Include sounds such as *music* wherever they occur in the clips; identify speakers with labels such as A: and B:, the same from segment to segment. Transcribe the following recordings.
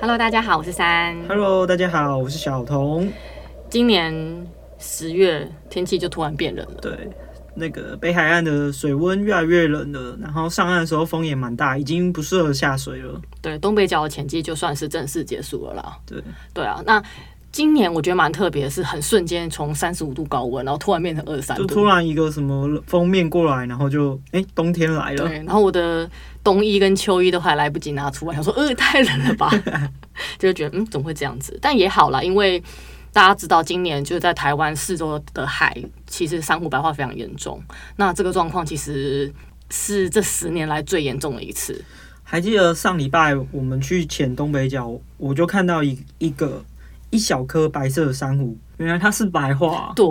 A: Hello，大家好，我是三。
B: Hello，大家好，我是小童。
A: 今年十月天气就突然变冷了，
B: 对，那个北海岸的水温越来越冷了，然后上岸的时候风也蛮大，已经不适合下水了。
A: 对，东北角的潜季就算是正式结束了啦。
B: 对，
A: 对啊，那今年我觉得蛮特别的是，很瞬间从三十五度高温，然后突然变成二三
B: 就
A: 度，
B: 突然一个什么封面过来，然后就哎、冬天来了。
A: 对，然后我的冬衣跟秋衣都还来不及拿出来，想 *laughs* 说呃太冷了吧， *laughs* 就觉得嗯怎么会这样子？但也好啦，因为大家知道今年就是在台湾四周的海，其实珊瑚白化非常严重。那这个状况其实是这十年来最严重的一次。
B: 还记得上礼拜我们去潜东北角，我就看到一一个一小颗白色的珊瑚，原来它是白化。
A: 对，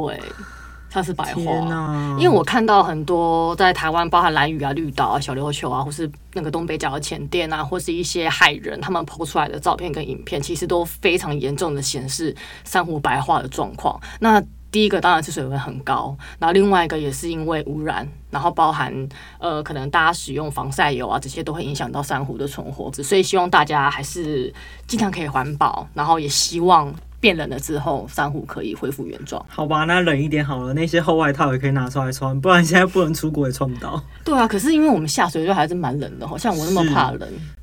A: 它是白
B: 天
A: 化。
B: 呐！
A: 因为我看到很多在台湾，包含蓝屿啊、绿岛啊、小琉球啊，或是那个东北角的浅店啊，或是一些海人他们抛出来的照片跟影片，其实都非常严重的显示珊瑚白化的状况。那第一个当然是水温很高，然后另外一个也是因为污染，然后包含呃可能大家使用防晒油啊这些都会影响到珊瑚的存活，所以希望大家还是尽量可以环保，然后也希望变冷了之后珊瑚可以恢复原状。
B: 好吧，那冷一点好了，那些厚外套也可以拿出来穿，不然现在不能出国也穿不到。
A: 对啊，可是因为我们下水就还是蛮冷的哦，好像我那么
B: 是
A: 怕冷，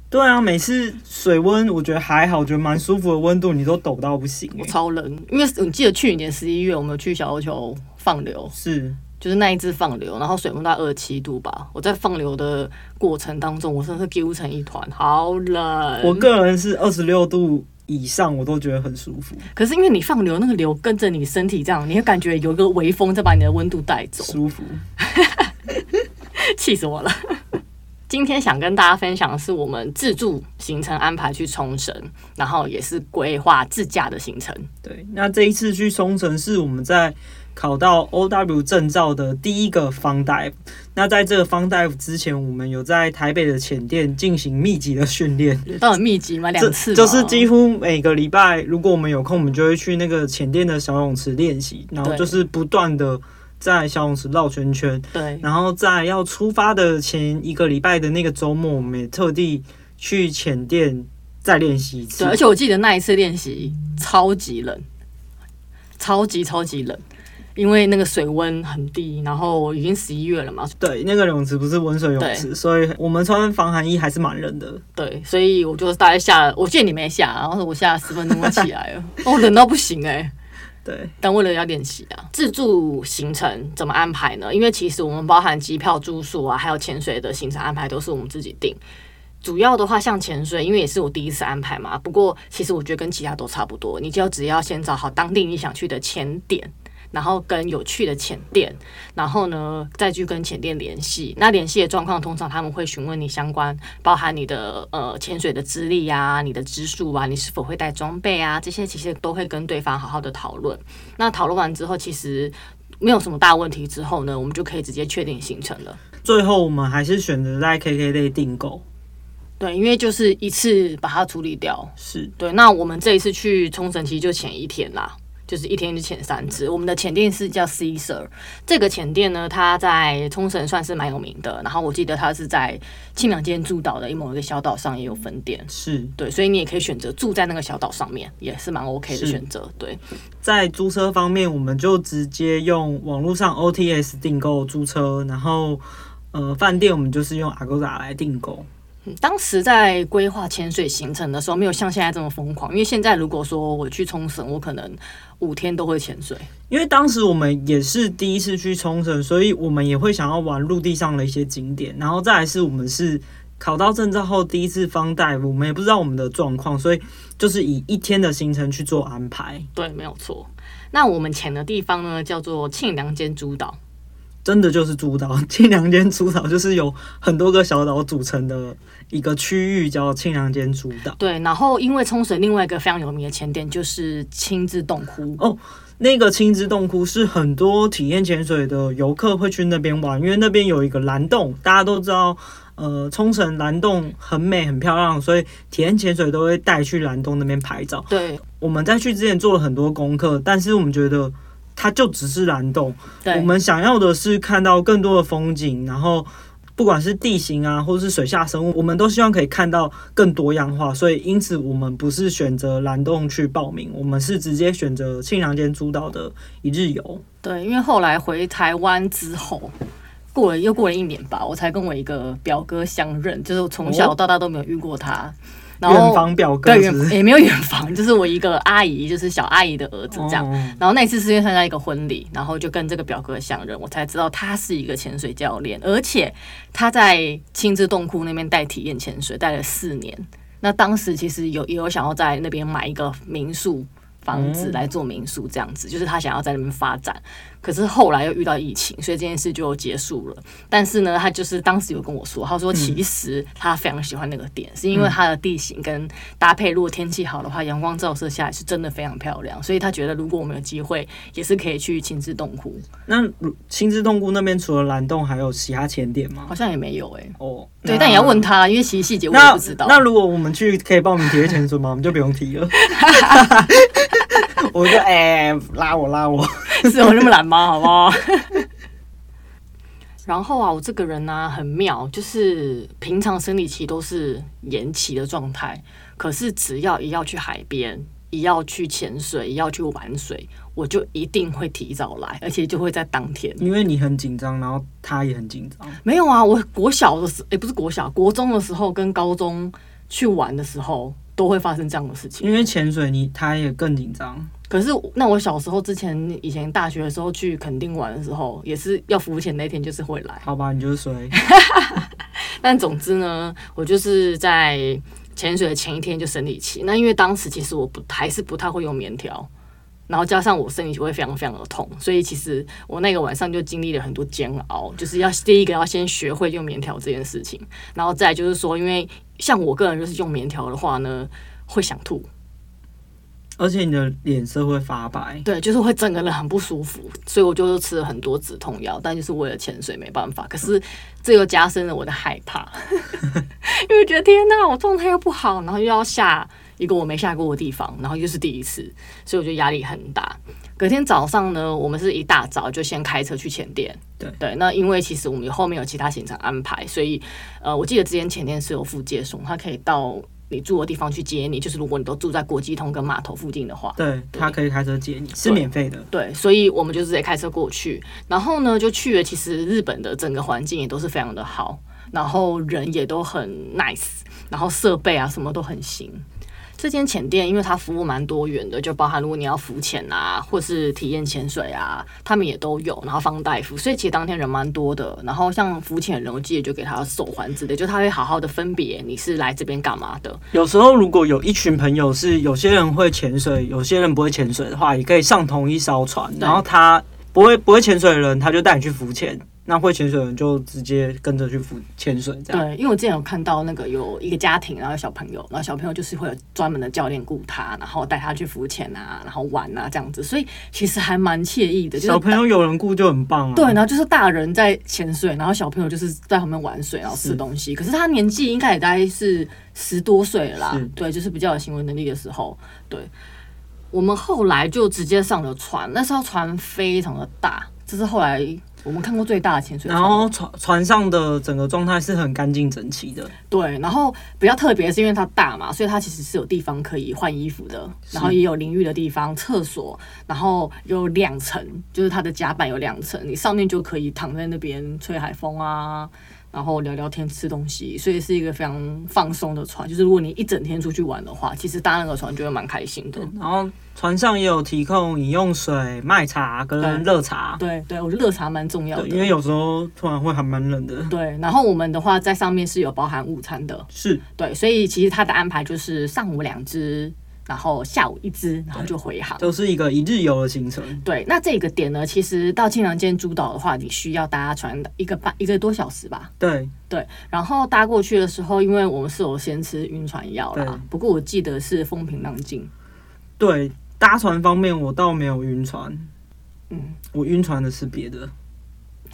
B: 对啊，每次水温我觉得还好，我觉得蛮舒服的温度，你都抖到不行、
A: 我
B: 欸。
A: 超冷。因为你记得去年十一月我们有去小琉球放流，
B: 是，
A: 就是那一只放流，然后水温大概二七度吧。我在放流的过程当中，我真的是揪成一团，好冷。
B: 我个人是二十六度以上，我都觉得很舒服。
A: 可是因为你放流，那个流跟着你身体这样，你会感觉有一个微风在把你的温度带走。 *laughs*
B: 舒服。
A: 气死我了！今天想跟大家分享的是我们自助行程安排去冲绳，然后也是规划自驾的行程。
B: 对，那这一次去冲绳是我们在考到 OW 证照的第一个 fun dive。那在这个 fun dive 之前，我们有在台北的浅店进行密集的训练。
A: 都很密集嘛，两次
B: 这
A: 吧
B: 就是几乎每个礼拜，如果我们有空，我们就会去那个浅店的小泳池练习，然后
A: 对
B: 就是不断的在小泳池绕圈圈。
A: 对
B: 然后在要出发的前一个礼拜的那个周末，我们也特地去浅店再练习一次
A: 对，而。且我记得那一次练习超级冷，超级超级冷，因为那个水温很低，然后已经十一月了嘛，
B: 对，那个泳池不是温水泳池，所以我们穿防寒衣还是蛮冷的。
A: 对，所以我就大概下了，我记得你没下，然后我下了十分钟就起来了，哦，冷到不行哎、
B: 对，
A: 但为了要练习啊，自助行程怎么安排呢？因为其实我们包含机票、住宿啊，还有潜水的行程安排都是我们自己定。主要的话，像潜水，因为也是我第一次安排嘛。不过其实我觉得跟其他都差不多，你就只要先找好当地你想去的潜点，然后跟有趣的潜店，然后呢再去跟潜店联系。那联系的状况，通常他们会询问你相关，包含你的呃潜水的资历啊、你的支数啊、你是否会带装备啊，这些其实都会跟对方好好的讨论。那讨论完之后，其实没有什么大问题之后呢，我们就可以直接确定行程了。
B: 最后我们还是选择在 KK 类订购。
A: 对，因为就是一次把它处理掉。
B: 是，
A: 对，那我们这一次去冲绳其实就潜一天啦，就是一天就潜三次。我们的潜店是叫 Caesar，这个潜店呢，它在冲绳算是蛮有名的。然后我记得它是在庆良间诸岛的某一个小岛上也有分店。
B: 是
A: 对，所以你也可以选择住在那个小岛上面，也是蛮 OK 的
B: 是
A: 选择。对，
B: 在租车方面，我们就直接用网络上 OTS 订购租车，然后呃饭店我们就是用 Agoda 来订购。
A: 嗯当时在规划潜水行程的时候，没有像现在这么疯狂，因为现在如果说我去冲绳，我可能五天都会潜水。
B: 因为当时我们也是第一次去冲绳，所以我们也会想要玩陆地上的一些景点。然后再来是我们是考到证照后第一次方带，我们也不知道我们的状况，所以就是以一天的行程去做安排，
A: 对，没有错。那我们潜的地方呢，叫做庆良间诸岛。
B: 真的就是主岛。庆良间主岛就是有很多个小岛组成的一个区域，叫庆良间主岛。
A: 对，然后因为冲绳另外一个非常有名的潜点就是亲自洞窟。
B: 哦那个青之洞窟是很多体验潜水的游客会去那边玩，因为那边有一个蓝洞，大家都知道，呃，冲绳蓝洞很美很漂亮，所以体验潜水都会带去蓝洞那边拍照。
A: 对
B: 我们在去之前做了很多功课，但是我们觉得它就只是蓝洞，
A: 对，
B: 我们想要的是看到更多的风景，然后不管是地形啊，或是水下生物，我们都希望可以看到更多样化。所以，因此我们不是选择蓝洞去报名，我们是直接选择庆良间诸岛的一日游。
A: 对，因为后来回台湾之后，过了又过了一年吧，我才跟我一个表哥相认，就是我从小到大都没有遇过他。然
B: 哦远
A: 后
B: 方表哥
A: 对
B: 是
A: 远
B: 不是？
A: 也、没有远房，就是我一个阿姨，就是小阿姨的儿子这样。
B: 哦
A: 然后那次是因为参加一个婚礼，然后就跟这个表哥相认，我才知道他是一个潜水教练，而且他在亲自洞窟那边带体验潜水，带了四年。那当时其实有也有想要在那边买一个民宿房子
B: 嗯
A: 来做民宿，这样子，就是他想要在那边发展。可是后来又遇到疫情，所以这件事就结束了。但是呢，他就是当时有跟我说，他
B: 嗯
A: 说其实他非常喜欢那个点，是因为它的地形跟搭配，如果天气好的话，阳光照射下来是真的非常漂亮。所以他觉得如果我们有机会，也是可以去亲自洞窟，
B: 那如青之洞窟那边除了蓝洞，还有其他潜点吗？
A: 好像也没有哎、
B: 哦，
A: 对，
B: 那
A: 但也要问他，因为其实细节我也
B: 那
A: 不知道。
B: 那如果我们去可以报名体验潜水吗？我们就不用提了。 *laughs* 我就哎、拉我拉我，
A: 是有那么懒吗？好不好？然后啊，我这个人呢、很妙，就是平常生理期都是延期的状态，可是只要一要去海边，一要去潜水，一要去玩水，我就一定会提早来，而且就会在当天。
B: 因为你很紧张，然后他也很紧张。
A: 没有啊，我国小的时，诶，不是国小，国中的时候跟高中去玩的时候，都会发生这样的事情。
B: 因为潜水你他也更紧张，
A: 可是那我小时候之前，以前大学的时候去垦丁玩的时候，也是要浮潜那天就是会来。
B: 好吧，你就是 *laughs* 水。
A: 但总之呢，我就是在潜水的前一天就生理期。那因为当时其实我不还是不太会用棉条，然后加上我生理期会非常非常的痛，所以其实我那个晚上就经历了很多煎熬，就是要第一个要先学会用棉条这件事情，然后再来就是说，因为像我个人就是用棉条的话呢，会想吐。
B: 而且你的脸色会发白。
A: 对，就是会整个人很不舒服，所以我就吃了很多止痛药，但就是为了潜水没办法。可是这又加深了我的害怕， *laughs* 因为觉得天呐，我状态又不好，然后又要下一个我没下过的地方，然后又是第一次，所以我觉得压力很大。隔天早上呢，我们是一大早就先开车去前店。
B: 对
A: 对，那因为其实我们后面有其他行程安排，所以呃，我记得之前前店是有附接送，他可以到你住的地方去接你，就是如果你都住在国际通跟码头附近的话。
B: 对他可以开车接你，是
A: 对
B: 免费的。
A: 对，所以我们就直接开车过去，然后呢就去了。其实日本的整个环境也都是非常的好，然后人也都很 nice，然后设备啊什么都很行。这间浅店因为它服务蛮多元的，就包含如果你要浮潜啊，或是体验潜水啊，他们也都有，然后放大夫，所以其实当天人蛮多的。然后像浮潜人，我记得就给他手环之类，就他会好好的分别你是来这边干嘛的。
B: 有时候如果有一群朋友是有些人会潜水，有些人不会潜水的话，也可以上同一艘船，然后他不会不会潜水的人，他就带你去浮潜。那会潜水的人就直接跟着去浮潜水，这样
A: 对，因为我之前有看到那个有一个家庭，然后有小朋友，然后小朋友就是会有专门的教练顾他，然后带他去浮潜啊，然后玩啊这样子，所以其实还蛮惬意的。就是
B: 小朋友有人顾就很棒啊。
A: 对，然后就是大人在潜水，然后小朋友就是在旁边玩水，然后吃
B: 是
A: 东西。可是他年纪应该也大概是十多岁了啦
B: 是，
A: 对，就是比较有行为能力的时候。对，我们后来就直接上了船，那艘船非常的大，这是后来我们看过最大的潜水船。
B: 然后船船上的整个状态是很干净整齐的，
A: 对，然后比较特别是因为它大嘛，所以它其实是有地方可以换衣服的，然后也有淋浴的地方、厕所，然后有两层，就是它的甲板有两层，你上面就可以躺在那边吹海风啊，然后聊聊天、吃东西，所以是一个非常放松的船。就是如果你一整天出去玩的话，其实搭那个船就会蛮开心的。
B: 然后船上也有提供饮用水、麦茶跟热茶，
A: 对对，我觉得热茶蛮重要
B: 对，因
A: 的。
B: 为有时候突然会还蛮冷的。
A: 对，然后我们的话在上面是有包含午餐的，
B: 是，
A: 对，所以其实他的安排就是上午两只，然后下午一只，然后就回航。
B: 就是一个一日游的行程。
A: 对，那这个点呢，其实到庆良间诸岛的话，你需要搭船一个半一个多小时吧。
B: 对，
A: 对，然后搭过去的时候，因为我们是有先吃晕船药啦
B: 对，
A: 不过我记得是风平浪静。
B: 对，搭船方面我倒没有晕船，
A: 嗯，
B: 我晕船的是别的，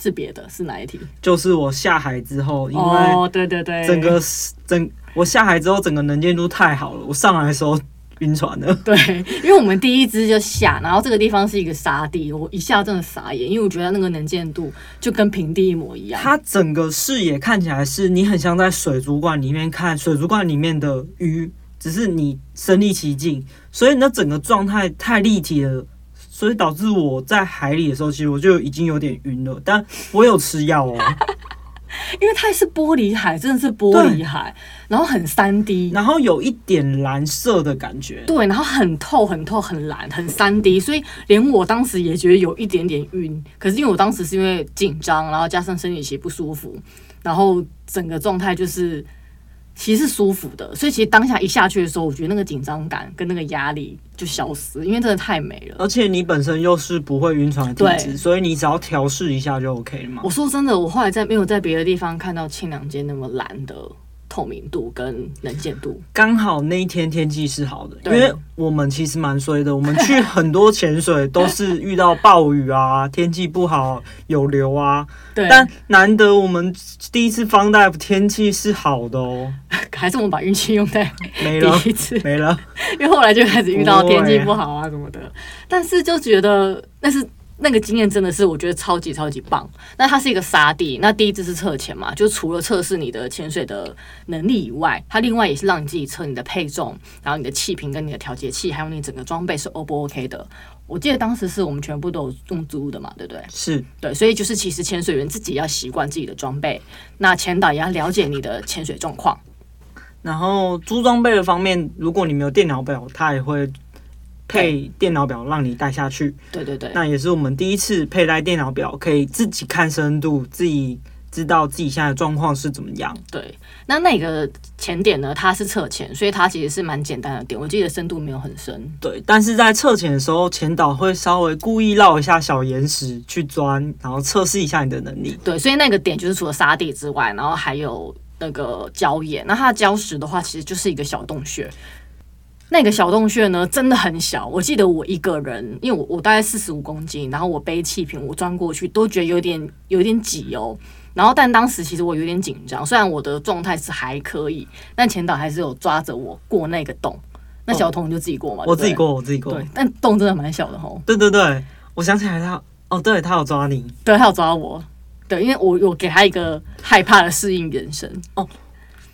A: 是别的，是哪一题？
B: 就是我下海之后，因为
A: 哦，对对对，
B: 整个整我下海之后整个能见度太好了，我上来的时候晕船了。
A: 对，因为我们第一支就下，然后这个地方是一个沙地，我一下真的傻眼，因为我觉得那个能见度就跟平地一模一样。
B: 它整个视野看起来是你很像在水族馆里面看水族馆里面的鱼，只是你身临其境，所以那整个状态太立体了，所以导致我在海里的时候，其实我就已经有点晕了，但我有吃药哦。
A: 因为它是玻璃海，真的是玻璃海，然后很三 D，
B: 然后有一点蓝色的感觉，
A: 对，然后很透、很透、很蓝、很三 D，所以连我当时也觉得有一点点晕。可是因为我当时是因为紧张，然后加上生理期不舒服，然后整个状态就是其实是舒服的，所以其实当下一下去的时候，我觉得那个紧张感跟那个压力就消失，因为真的太美了。
B: 而且你本身又是不会晕船的体质，
A: 对
B: 所以你只要调试一下就 OK 了嘛
A: 我。说真的，我后来在没有在别的地方看到清凉街那么蓝的透明度跟能见度。
B: 刚好那一天天气是好的，因
A: 对
B: 为我们其实蛮衰的，我们去很多潜水都是遇到暴雨啊， *laughs* 天气不好有流啊，
A: 对，
B: 但难得我们第一次方 dive 天气是好的哦，
A: 还是我们把运气用在 *laughs*
B: 没了
A: 第一次。
B: 没了，
A: 因为后来就开始遇到
B: 不会
A: 天气不好啊什么的，但是就觉得那是那个经验真的是我觉得超级超级棒。那它是一个沙地，那第一次是测潜嘛，就除了测试你的潜水的能力以外，它另外也是让你自己测你的配重，然后你的气瓶跟你的调节器，还有你整个装备是 O 不 OK 的。我记得当时是我们全部都有用租的嘛，对不对？
B: 是
A: 对，所以就是其实潜水员自己要习惯自己的装备，那潜导也要了解你的潜水状况。
B: 然后租装备的方面，如果你没有电脑表，它也会配电脑表让你带下去。
A: 对对对，
B: 那也是我们第一次佩戴电脑表，可以自己看深度，自己知道自己现在的状况是怎么样。
A: 对，那那个潜点呢，它是侧潜，所以它其实是蛮简单的点。我记得深度没有很深，
B: 对，但是在测潜的时候，潜导会稍微故意绕一下小岩石去钻，然后测试一下你的能力。
A: 对，所以那个点就是除了沙地之外，然后还有那个礁岩。那它的礁石的话，其实就是一个小洞穴。那个小洞穴呢，真的很小。我记得我一个人，因为我我大概四十五公斤，然后我背气瓶，我钻过去都觉得有点有点挤哦。然后，但当时其实我有点紧张，虽然我的状态是还可以，但前导还是有抓着我过那个洞。那小童你就自己过嘛，
B: 哦
A: 对
B: 我
A: 不
B: 自己
A: 啊对
B: 过，我自己过。
A: 对，但洞真的蛮小的吼。
B: 对对对，我想起来他，哦，对他有抓你。
A: 对，他有抓我，对，因为我有给他一个害怕的适应眼神。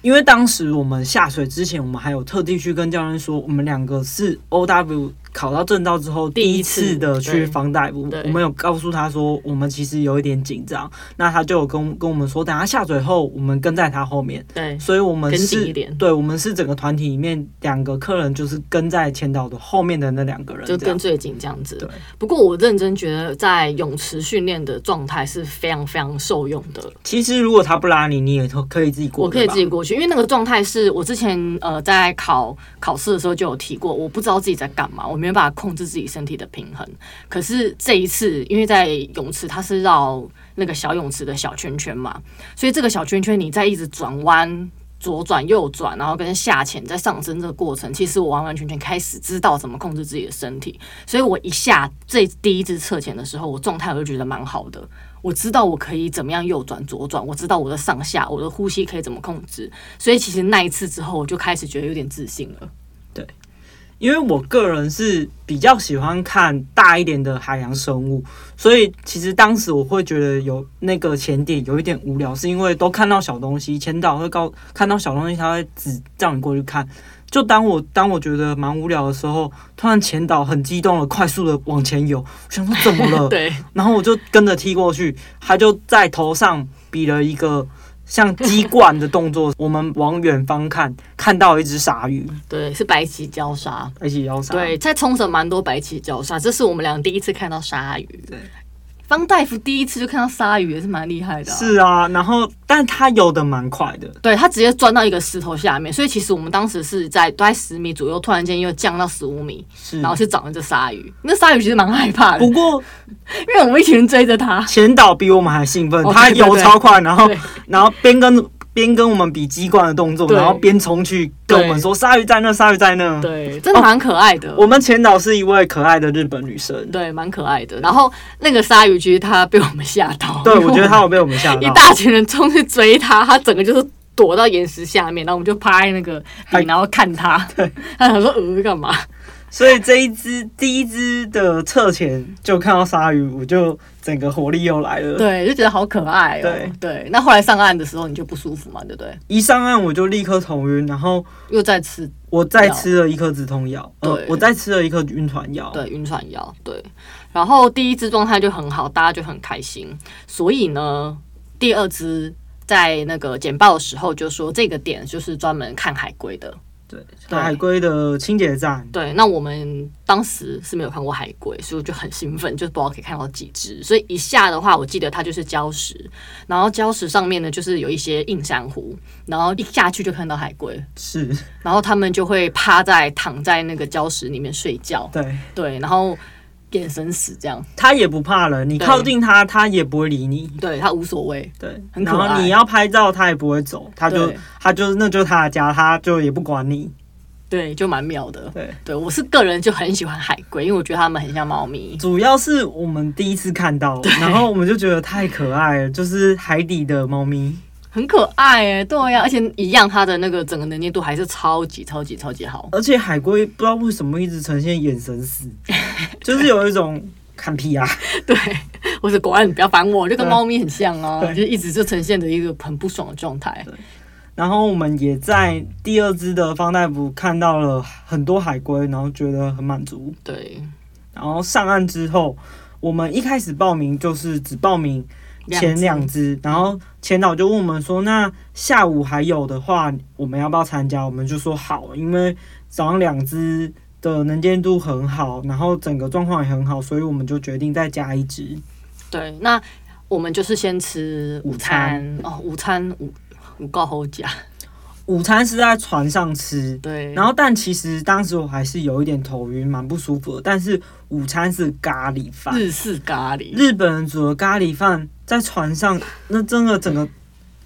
B: 因为当时我们下水之前，我们还有特地去跟教练说，我们两个是 O W 考到证照之后
A: 第
B: 第
A: 一
B: 一
A: 次
B: 次的去
A: 对
B: 防逮捕
A: 对，
B: 我们有告诉他说，我们其实有一点紧张，那他就有跟跟我们说，等他下水后，我们跟在他后面，
A: 对
B: 所以我们
A: 跟紧
B: 是
A: 一点
B: 对，我们是整个团体里面两个客人就是跟在前导的后面的那两个人，
A: 就
B: 这样
A: 跟最近这样子
B: 对。
A: 不过我认真觉得，在泳池训练的状态是非常非常受用的。
B: 其实如果他不拉你，你也可以自己过，
A: 我可以
B: 对吧
A: 自己过去，因为那个状态是我之前呃在考考试的时候就有提过，我不知道自己在干嘛，我没有办法控制自己身体的平衡。可是这一次，因为在泳池它是绕那个小泳池的小圈圈嘛，所以这个小圈圈你在一直转弯。左转右转，然后跟下潜再上升这个过程，其实我完完全全开始知道怎么控制自己的身体，所以我一下这第一次侧潜的时候，我状态我就觉得蛮好的，我知道我可以怎么样右转左转，我知道我的上下，我的呼吸可以怎么控制，所以其实那一次之后，我就开始觉得有点自信了。
B: 因为我个人是比较喜欢看大一点的海洋生物，所以其实当时我会觉得有那个潜点有一点无聊，是因为都看到小东西，潜导会告看到小东西，他会指叫你过去看。就当我当我觉得蛮无聊的时候，突然潜导很激动的快速的往前游，我想说怎么了？
A: 对，
B: 然后我就跟着踢过去，他就在头上比了一个像鸡冠的动作。我们往远方看，看到一只鲨鱼，
A: 对，是白鳍礁鲨。
B: 而且要鲨。
A: 对，在冲绳蛮多白鳍礁鲨，这是我们俩第一次看到鲨鱼。
B: 对，
A: 方大夫第一次就看到鲨鱼，也是蛮厉害的啊、
B: 是啊，然后但他游的蛮快的，
A: 对，它直接钻到一个石头下面，所以其实我们当时是在大概十米左右，突然间又降到十五米，
B: 是
A: 然后去找那只鲨鱼。那鲨鱼其实蛮害怕的，
B: 不
A: 因
B: 过
A: 为我们一群人追着它。
B: 前导比我们还兴奋，
A: 哦
B: 他
A: 对对
B: 游
A: 对
B: 超快，然后
A: 对
B: 然后边跟边跟我们比鸡冠的动作，
A: 对
B: 然后边冲去跟我们说鲨鱼在那，鲨鱼在那。
A: 对，真的蛮可爱的。
B: 我们前导是一位可爱的日本女生，
A: 对，蛮可爱的。然后那个鲨鱼其实它被我们吓到，
B: 对
A: 因为 *laughs*
B: 我觉得她有被我们吓
A: 哦一
B: 到，
A: 大群人冲去追它，它整个就是躲到岩石下面，然后我们就趴在那个
B: 还
A: 底，然后看它。他想说呃干嘛？
B: 所以这一只第一只的侧前就看到鲨鱼，我就整个活力又来了。
A: 对，就觉得好可爱哦、
B: 对
A: 对，那后来上岸的时候你就不舒服嘛，对不对？
B: 一上岸我就立刻头晕，然后
A: 又再吃
B: 我再吃了一颗止痛药，呃
A: 对
B: 我再吃了一颗晕船药。
A: 对，晕船药，对。然后第一只状态就很好，大家就很开心。所以呢，第二只在那个简报的时候就说这个点就是专门看海龟的。
B: 对，海龟的清洁站，
A: 对，那我们当时是没有看过海龟，所以我就很兴奋，就不知道可以看到几只。所以一下的话，我记得它就是礁石，然后礁石上面呢就是有一些硬珊瑚，然后一下去就看到海龟，
B: 是
A: 然后他们就会趴在躺在那个礁石里面睡觉，
B: 对，
A: 对，然后眼神死这样。
B: 它也不怕人，你
A: 对
B: 靠近它，它也不会理你。
A: 对他无所谓，
B: 对，
A: 很
B: 然
A: 可爱
B: 后你要拍照，它也不会走，它就
A: 对
B: 它就是那就是它的家，它就也不管你。
A: 对，就蛮妙的。
B: 对，
A: 对我是个人就很喜欢海龟，因为我觉得它们很像猫咪。
B: 主要是我们第一次看到，然后我们就觉得太可爱了，就是海底的猫咪。
A: 很可爱哎、对呀、而且一样，它的那个整个能见度还是超级超级超级好。
B: 而且海龟不知道为什么一直呈现眼神死，就是有一种看屁啊，
A: *laughs* 对，我是果然你不要烦我，就跟
B: 对
A: 猫咪很像啊，
B: 对
A: 就一直就呈现着一个很不爽的状态。
B: 然后我们也在第二只的方大夫看到了很多海龟，然后觉得很满足。
A: 对，
B: 然后上岸之后，我们一开始报名就是只报名前两只，然后前导就问我们说，那下午还有的话，我们要不要参加？我们就说好，因为早上两只的能见度很好，然后整个状况也很好，所以我们就决定再加一只。
A: 对，那我们就是先吃午餐哦，午餐午午告后甲，
B: 午餐是在船上吃，
A: 对，
B: 然后，但其实当时我还是有一点头晕，蛮不舒服的。但是午餐是咖喱饭，
A: 日式咖喱，
B: 日本人煮的咖喱饭在船上，那真的整个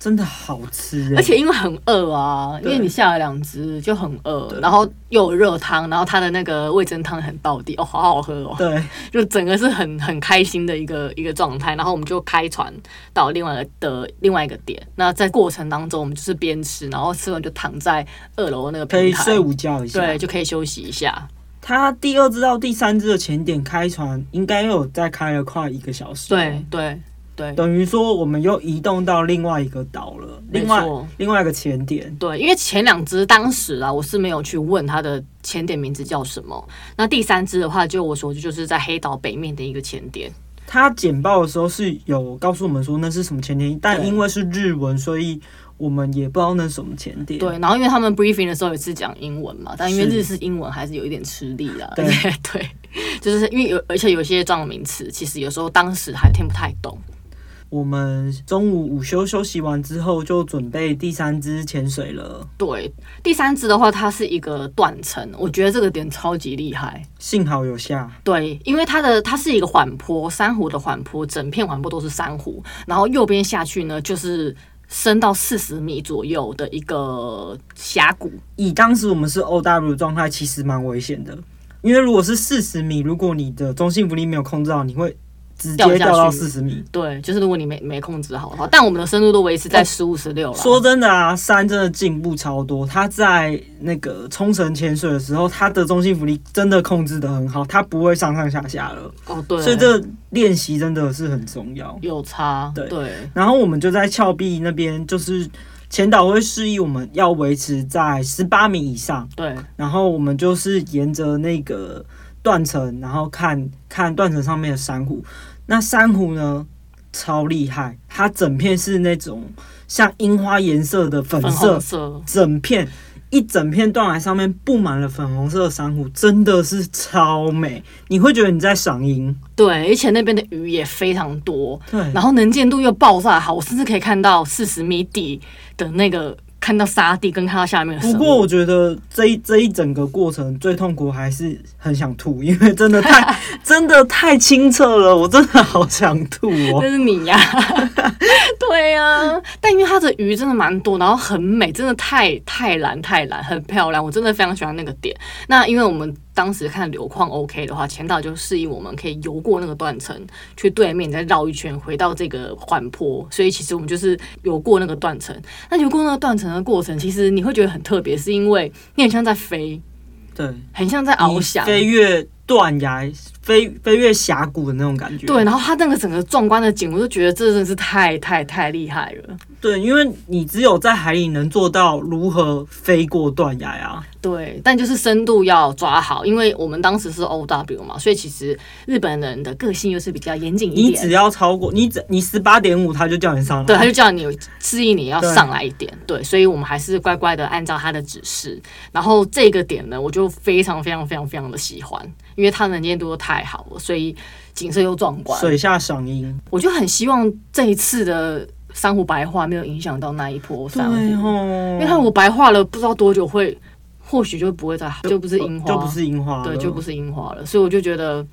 B: 真的好吃、欸，
A: 而且因为很饿啊，因
B: 对
A: 为你下了两只就很饿，
B: 对
A: 然后又有热汤，然后它的那个味噌汤很到底哦，好好喝哦，
B: 对
A: 就整个是很很开心的一个一个状态。然后我们就开船到另外一个的另外一个点，那在过程当中我们就是边吃，然后吃完就躺在二楼那个
B: 可
A: 平
B: 以
A: 台，
B: 睡午觉一下。
A: 对，就可以休息一下。
B: 他第二支到第三支的前点开船，应该又有再开了快一个小时，
A: 对，对对
B: 等于说我们又移动到另外一个岛了，
A: 没
B: 另外
A: 错
B: 另外一个前点。
A: 对，因为前两只当时啊，我是没有去问它的前点名字叫什么。那第三只的话，就我所知，就是在黑岛北面的一个前点。
B: 他简报的时候是有告诉我们说那是什么前点，但
A: 对
B: 因为是日文，所以我们也不知道那是什么前点。
A: 对，然后因为他们 briefing 的时候也是讲英文嘛，但因为
B: 是
A: 日式英文还是有一点吃力啦。
B: 对
A: *laughs* 对，就是因为有，而且有些专有名词，其实有时候当时还听不太懂。
B: 我们中午午休休息完之后，就准备第三支潜水了。
A: 对，第三只的话，它是一个断层，我觉得这个点超级厉害。
B: 幸好有下，
A: 对，因为它的它是一个缓坡，珊瑚的缓坡，整片缓坡都是珊瑚，然后右边下去呢就是升到四十米左右的一个峡谷，
B: 以当时我们是 O W 状态，其实蛮危险的，因为如果是四十米，如果你的中性浮力没有控制好，你会直接
A: 掉下去
B: 掉到四十米。
A: 对，就是如果你没没控制好的话，但我们的深度都维持在十五十六了。
B: 哦说真的啊，山真的进步超多。他在那个冲绳潜水的时候，他的中性浮力真的控制的很好，他不会上上下下了。
A: 哦，对，
B: 所以这练习真的是很重要。
A: 有差，
B: 对
A: 对
B: 然后我们就在峭壁那边，就是前导会示意我们要维持在十八米以上，
A: 对
B: 然后我们就是沿着那个断层，然后看看断层上面的珊瑚。那珊瑚呢，超厉害，它整片是那种像樱花颜色的粉
A: 粉
B: 色
A: 红，色，
B: 整片。一整片断崖上面布满了粉红色的珊瑚，真的是超美，你会觉得你在赏樱。
A: 对，而且那边的鱼也非常多，
B: 对，
A: 然后能见度又爆炸好，我甚至可以看到四十米底的那个看到沙地跟看到下面的生
B: 不
A: 物。
B: 过我觉得这一这一整个过程最痛苦还是很想吐，因为真的太 *laughs* 真的太清澈了，我真的好想吐哦。
A: 那是你呀、对呀、但因为它的鱼真的蛮多，然后很美，真的太太蓝太蓝，很漂亮，我真的非常喜欢那个点。那因为我们当时看流况 OK 的话，前导就示意我们可以游过那个断层，去对面再绕一圈回到这个缓坡。所以其实我们就是游过那个断层。那游过那个断层的过程，其实你会觉得很特别，是因为你很像在飞，
B: 对，
A: 很像在翱翔。
B: 飞越断崖、飞飞越峡谷的那种感觉。
A: 对，然后它那个整个壮观的景，我就觉得这真的是太太太厉害了。
B: 对，因为你只有在海里能做到如何飞过断崖啊。
A: 对，但就是深度要抓好，因为我们当时是 O W 嘛，所以其实日本人的个性又是比较严谨一
B: 你只
A: 点。
B: 要超过你只你十八点五，他就叫你上来。
A: 对，他就叫你示意你要
B: 对
A: 上来一点，对，所以我们还是乖乖的按照他的指示。然后这个点呢，我就非常非常非常非常的喜欢，因为它能见度太好了，所以景色又壮观。
B: 水下赏樱。
A: 我就很希望这一次的珊瑚白化没有影响到那一波珊瑚，因为它
B: 哦，
A: 我白化了不知道多久会，或许就不会再好，就不是樱花，
B: 就不是樱花了，
A: 对，就不是樱花了。所以我就觉得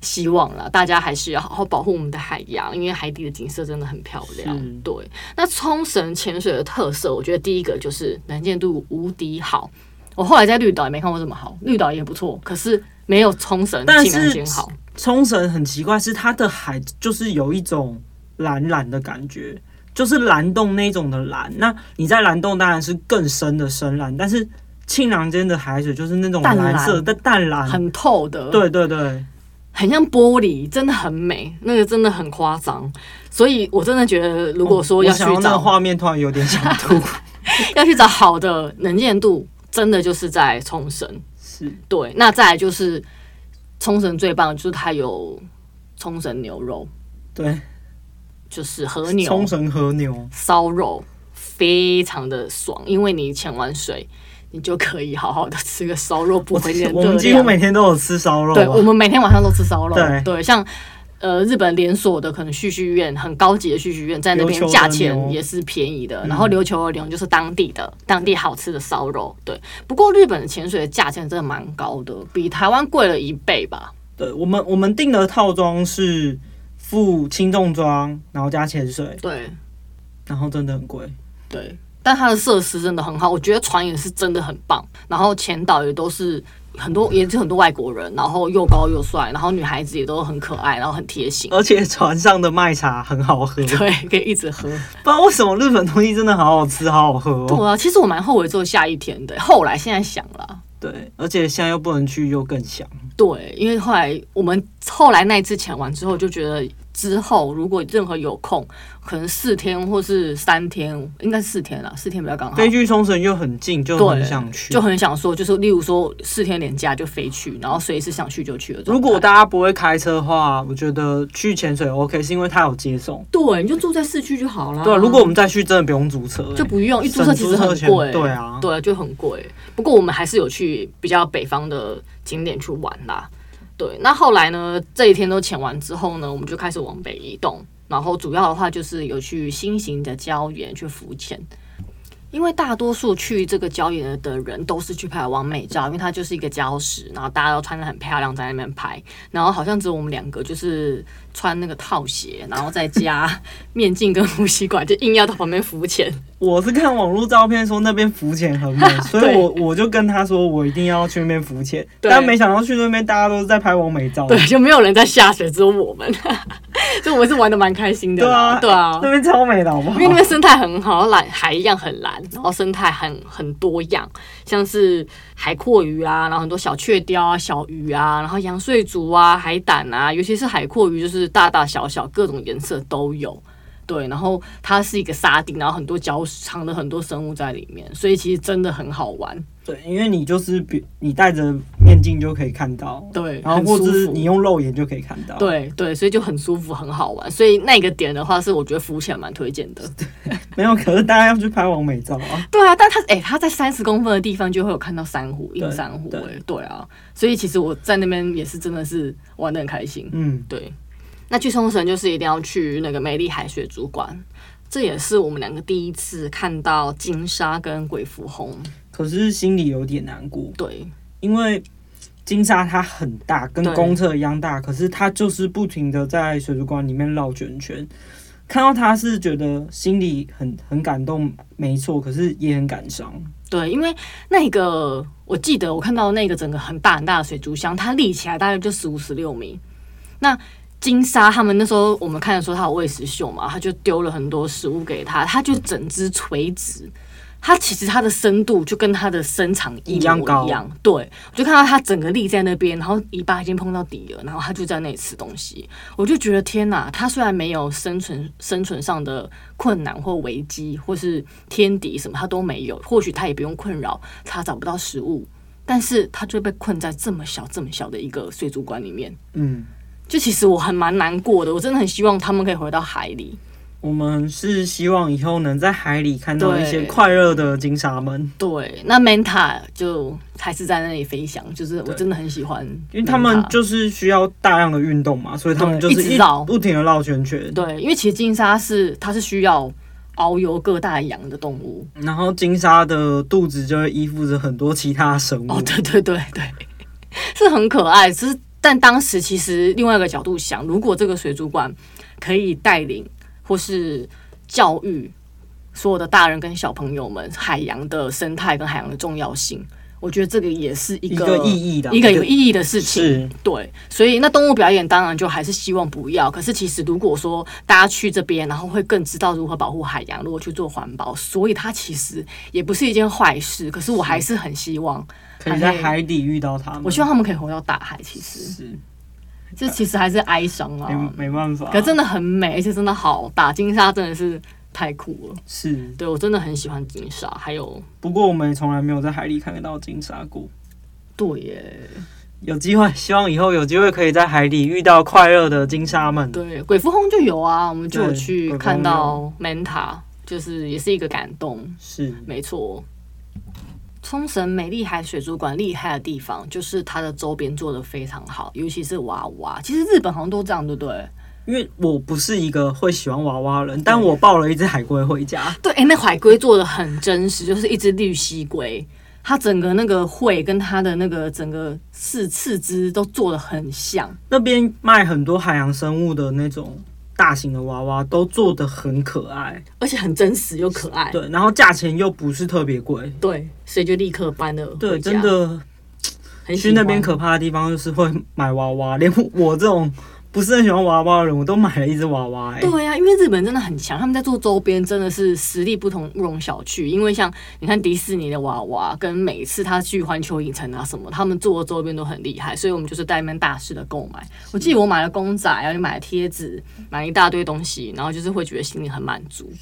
A: 希望啦，大家还是要好好保护我们的海洋，因为海底的景色真的很漂
B: 是
A: 亮。对，那冲绳潜水的特色，我觉得第一个就是能见度无敌好。我后来在绿岛也没看过这么好，绿岛也不错，可是没有冲绳
B: 但
A: 竟然
B: 是
A: 间好。
B: 冲绳很奇怪，是它的海就是有一种蓝蓝的感觉，就是蓝洞那种的蓝。那你在蓝洞当然是更深的深蓝，但是庆良间的海水就是那种
A: 淡
B: 蓝色
A: 蓝
B: 的淡蓝。
A: 很透的，
B: 对对对，
A: 很像玻璃，真的很美，那个真的很夸张，所以我真的觉得，如果说
B: 哦我
A: 要去
B: 想到那
A: 找、
B: 个画面，突然有点想
A: *laughs*
B: 吐。
A: 要去找好的能见度，真的就是在冲绳。
B: 是，
A: 对，那再来就是冲绳最棒，就是它有冲绳牛肉，
B: 对，
A: 就是和牛
B: 冲绳和牛，
A: 烧肉，非常的爽，因为你潜完水，你就可以好好的吃个烧肉，补
B: 我
A: 回你的
B: 我
A: 热
B: 们几乎
A: 量。
B: 每天都有吃烧肉、
A: 对，我
B: 啊。
A: 们每天晚上都吃烧肉。
B: 对
A: 像呃日本连锁的可能旭旭苑，很高级的旭旭苑，在那
B: 琉
A: 边
B: 球的
A: 价钱
B: 牛嗯
A: 也是便宜的。然后琉球的牛就是当地的，当地好吃的烧肉。对，不过日本的潜水的价钱真的蛮高的，比台湾贵了一倍吧。
B: 对，我们我们订的套装是附轻重装，然后加潜水，
A: 对
B: 然后真的很贵。
A: 对。但它的设施真的很好，我觉得船也是真的很棒，然后前导也都是很多，也是很多外国人，然后又高又帅，然后女孩子也都很可爱，然后很贴心，
B: 而且船上的麦茶很好喝，不
A: *laughs*
B: 知
A: 对， *laughs* 可以一直喝。
B: 道为什么日本东西真的好好吃，好好喝哦。
A: 对啊，其实我蛮后悔做下一天的，后来现在想了。
B: 对，而且现在又不能去，又更想。
A: 对，因为后来我们后来那一次潜完之后，就觉得之后如果任何有空，可能四天或是三天，应该是四天啦，四天比较刚好。
B: 飞去冲绳又很近，就很
A: 对
B: 想去
A: 就。很想说，就是例如说四天连假就飞去，然后随时想去就去了。
B: 如果大家不会开车的话，我觉得去潜水 OK，是因为它有接送。
A: 对，你就住在市区就好啦。
B: 对啊，如果我们再去，真的不用租车、欸
A: 就不用一租车其实很
B: 省租车
A: 贵，
B: 钱对啊
A: 对，就很贵。不过我们还是有去比较北方的景点去玩啦。对，那后来呢，这一天都潜完之后呢，我们就开始往北移动。然后主要的话就是有去新型的礁岩去浮潜，因为大多数去这个礁岩的人都是去拍完美照，因为它就是一个礁石，然后大家都穿的很漂亮在那边拍，然后好像只有我们两个就是穿那个套鞋，然后再加 *laughs* 面镜跟呼吸管，就硬要到旁边浮潜。
B: 我是看网络照片说那边浮潜
A: *laughs*
B: 很美，所以
A: 对
B: 我我就跟他说我一定要去那边浮潜，
A: 对
B: 但没想到去那边大家都是在拍完美照。
A: 对，就没有人在下水，只有我们， *laughs* 所以我们是玩的蛮开心的
B: 对啊
A: 啦。对啊，
B: 那边超美的好不好
A: 因为？那边生态很好，蓝海一样很蓝，然后生态很很多样，像是海阔鱼啊，然后很多小雀鲷啊、小鱼啊，然后洋睡竹啊、海胆啊，尤其是海阔鱼，就是大大小小各种颜色都有。对，然后它是一个沙丁，然后很多礁石藏了很多生物在里面，所以其实真的很好玩。
B: 对，因为你就是比你戴着面镜就可以看到，
A: 对，
B: 然后
A: 很
B: 或
A: 舒
B: 者是
A: 服
B: 你用肉眼就可以看到。，
A: 对对，所以就很舒服，很好玩。所以那个点的话，是我觉得浮潜蛮推荐
B: *laughs*
A: 的。
B: 没有，可是大家要去拍完美照啊。
A: 对啊，但它哎、它在三十公分的地方就会有看到珊瑚，硬珊瑚
B: 对
A: 哎、
B: 对
A: 对啊，所以其实我在那边也是真的是玩的很开心。
B: 嗯，
A: 对，那去冲绳就是一定要去那个美丽海水族馆，这也是我们两个第一次看到金鲨跟鬼蝠红。
B: 可是心里有点难过，
A: 对
B: 因为金沙它很大，跟
A: 对
B: 公厕一样大，可是它就是不停的在水族馆里面绕圈圈。看到他是觉得心里很很感动，没错，可是也很感伤。
A: 对，因为那个我记得我看到那个整个很大很大的水族箱，它立起来大概就十五十六米。那金沙他们那时候我们看的时候，它有喂食秀嘛，他就丢了很多食物给它，它就整只垂直。它其实它的深度就跟它的身长一模
B: 一样高
A: 一样，对我就看到它整个立在那边，然后尾巴已经碰到底了，然后它就在那里吃东西，我就觉得天哪！它虽然没有生存生存上的困难或危机，或是天敌什么，它都没有，或许它也不用困扰它找不到食物，但是它就被困在这么小这么小的一个水族馆里面，
B: 嗯，
A: 就其实我很蛮难过的，我真的很希望他们可以回到海里。
B: 我们是希望以后能在海里看到
A: 对
B: 一些快乐的金沙们，
A: 对，那 Manta 就还是在那里飞翔，就是我
B: 对
A: 真的很喜欢 Manta，
B: 因为他们就是需要大量的运动嘛，所以他们就
A: 对
B: 是
A: 一直绕
B: 不停的绕圈圈。
A: 对，因为其实金鲨是它是需要遨游各大洋的动物。
B: 然后金沙的肚子就会依附着很多其他生物。
A: 哦，对对对对，是很可爱。只是但当时其实另外一个角度想，如果这个水族馆可以带领或是教育所有的大人跟小朋友们海洋的生态跟海洋的重要性，我觉得这个也是一
B: 一
A: 个
B: 个意义的啊
A: 一个有意义的事情。
B: 是
A: 对，所以那动物表演当然就还是希望不要。可是其实如果说大家去这边，然后会更知道如何保护海洋，如何去做环保，所以它其实也不是一件坏事。可是我还是很希望，
B: 可以在海底遇到他们。
A: 哎我希望他们可以回到大海。其实
B: 是
A: 这其实还是哀伤嗯啊，
B: 没没办法，
A: 可真的很美，而且真的好大，金沙真的是太酷了。
B: 是。
A: 对我真的很喜欢金沙，还有
B: 不过我们也从来没有在海里看得到金沙过。
A: 对耶，
B: 有机会，希望以后有机会可以在海里遇到快乐的金沙们。
A: 对鬼蝠鲼就有啊，我们就有
B: 对
A: 去
B: 鬼蝠
A: 看
B: 鲼
A: 到 Manta，就是也是一个感动。
B: 是，
A: 没错，冲绳美丽海水族馆厉害的地方就是它的周边做的非常好，尤其是娃娃。其实日本好像都这样，对不对？
B: 因为我不是一个会喜欢娃娃的人，但我抱了一只海龟回家。
A: 对，哎、那海龟做的很真实，就是一只绿蜥龟，它整个那个喙跟它的那个整个四四肢都做的很像。
B: 那边卖很多海洋生物的那种大型的娃娃，都做得很可爱。
A: 而且很真实又可爱，
B: 对，然后价钱又不是特别贵。
A: 对，所以就立刻搬了回家。
B: 对，真的
A: 很喜
B: 去
A: 欢
B: 那边可怕的地方就是会买娃娃，连我这种不是很喜欢娃娃的人，我都买了一只娃娃、欸。
A: 对呀、因为日本真的很强，他们在做周边真的是实力不同不容小觑。因为像你看迪士尼的娃娃，跟每次他去环球影城啊什么，他们做的周边都很厉害，所以我们就是在那边大肆的购买。我记得我买了公仔啊，又买了贴纸，买了一大堆东西，然后就是会觉得心里很满足。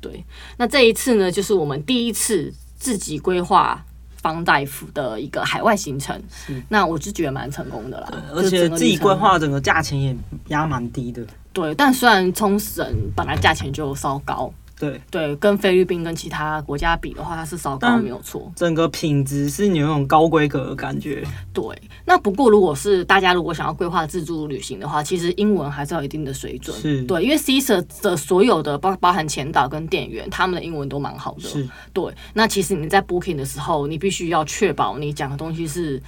A: 对，那这一次呢，就是我们第一次自己规划。方大夫的一个海外行程，那我是觉得蛮成功的啦，
B: 而
A: 就
B: 且
A: 整个
B: 自己
A: 旅程
B: 规划整个价钱也压蛮低的。
A: 对，但虽然冲绳本来价钱就稍高，
B: 对，
A: 对，跟菲律宾跟其他国家比的话，它是稍高
B: 但
A: 没有错。
B: 整个品质是你有那种高规格的感觉。
A: 对，那不过如果是大家如果想要规划自助旅行的话，其实英文还是要有一定的水准。
B: 是
A: 对，因为 C 社的所有的包包含前导跟店员，他们的英文都蛮好的。
B: 是，
A: 对，那其实你在 booking 的时候，你必须要确保你讲的东西是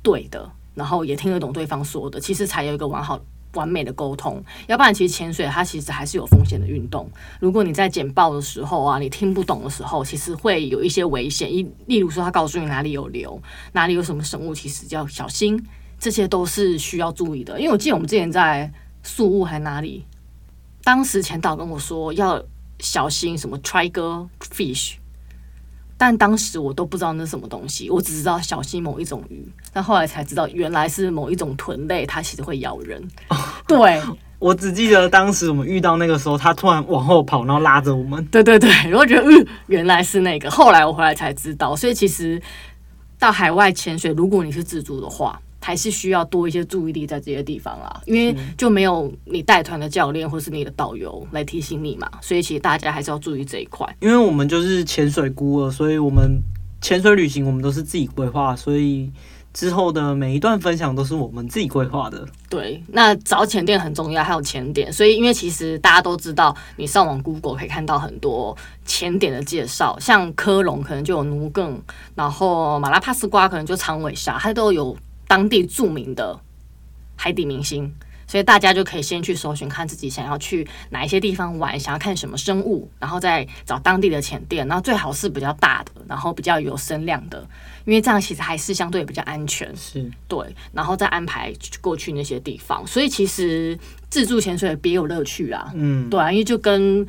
A: 对的，然后也听得懂对方说的，其实才有一个完好。完美的沟通，要不然其实潜水它其实还是有风险的运动。如果你在简报的时候啊，你听不懂的时候，其实会有一些危险。一例如说，他告诉你哪里有流，哪里有什么生物，其实要小心，这些都是需要注意的。因为我记得我们之前在宿务还哪里，当时前导跟我说要小心什么 tiger fish，但当时我都不知道那是什么东西，我只知道小心某一种鱼，但后来才知道原来是某一种豚类，它其实会咬人。对
B: 我只记得当时我们遇到那个时候，他突然往后跑，然后拉着我们。
A: 对对对， *laughs* 然后觉得嗯，原来是那个。后来我回来才知道，所以其实到海外潜水，如果你是自助的话。还是需要多一些注意力在这些地方啦，因为就没有你带团的教练或是你的导游来提醒你嘛，所以其实大家还是要注意这一块。
B: 因为我们就是潜水孤儿，所以我们潜水旅行我们都是自己规划，所以之后的每一段分享都是我们自己规划的。
A: 对，那找潜店很重要，还有潜点，所以因为其实大家都知道，你上网 Google 可以看到很多潜点的介绍，像科隆可能就有奴更，然后马拉帕斯瓜可能就长尾鲨，它都有当地著名的海底明星。所以大家就可以先去搜寻看自己想要去哪一些地方玩，想要看什么生物，然后再找当地的潜店，然后最好是比较大的，然后比较有声量的，因为这样其实还是相对比较安全。
B: 是
A: 对，然后再安排过去那些地方。所以其实自助潜水别有乐趣啊，
B: 嗯，
A: 对啊，因为就跟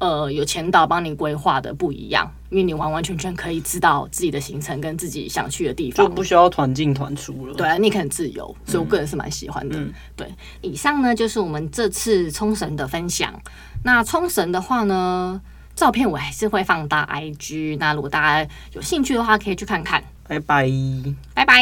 A: 呃有前导帮你规划的不一样，因为你完完全全可以知道自己的行程跟自己想去的地
B: 就
A: 方。
B: 不需要团进团出了。
A: 对，啊，你可以很自由，所以我个人是蛮喜欢的。
B: 嗯
A: 对，以上呢就是我们这次冲绳的分享。那冲绳的话呢，照片我还是会放大 IG，那如果大家有兴趣的话，可以去看看。
B: 拜拜。
A: 拜拜。